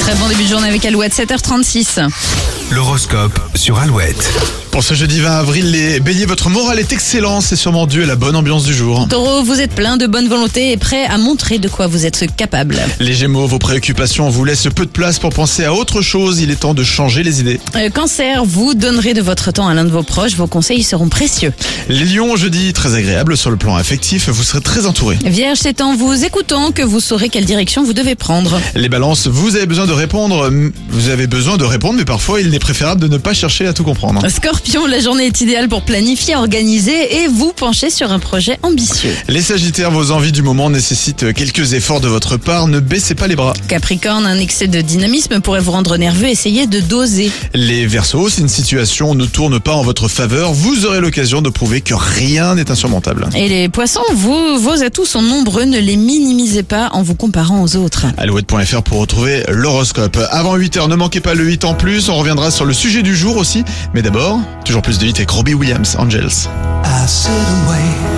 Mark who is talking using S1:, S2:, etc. S1: Très bon début de journée avec Alouette, 7h36.
S2: L'horoscope sur Alouette.
S3: Pour ce jeudi 20 avril, les béliers, votre morale est excellente, c'est sûrement dû à la bonne ambiance du jour.
S1: Taureau, vous êtes plein de bonne volonté et prêt à montrer de quoi vous êtes capable.
S3: Les gémeaux, vos préoccupations vous laissent peu de place pour penser à autre chose, il est temps de changer les idées.
S1: Euh, cancer, vous donnerez de votre temps à l'un de vos proches, vos conseils seront précieux.
S3: Les lions, jeudi, très agréable sur le plan affectif, vous serez très entouré.
S1: Vierge, c'est en vous écoutant que vous saurez quelle direction vous devez prendre.
S3: Les balances, vous avez besoin de répondre, hum, vous avez besoin de répondre, mais parfois il n'est préférable de ne pas chercher à tout comprendre.
S1: Scorpion, la journée est idéale pour planifier, organiser et vous pencher sur un projet ambitieux.
S3: Les sagittaires, vos envies du moment nécessitent quelques efforts de votre part, ne baissez pas les bras.
S1: Capricorne, un excès de dynamisme pourrait vous rendre nerveux, essayez de doser.
S3: Les versos, si une situation ne tourne pas en votre faveur, vous aurez l'occasion de prouver que rien n'est insurmontable.
S1: Et les poissons, vous, vos atouts sont nombreux, ne les minimisez pas en vous comparant aux autres.
S3: Alouette.fr pour retrouver l'horoscope. Avant 8h, ne manquez pas le 8 en plus. On reviendra sur le sujet du jour aussi. Mais d'abord, toujours plus de hits avec Robbie Williams, Angels.
S4: I sit and wait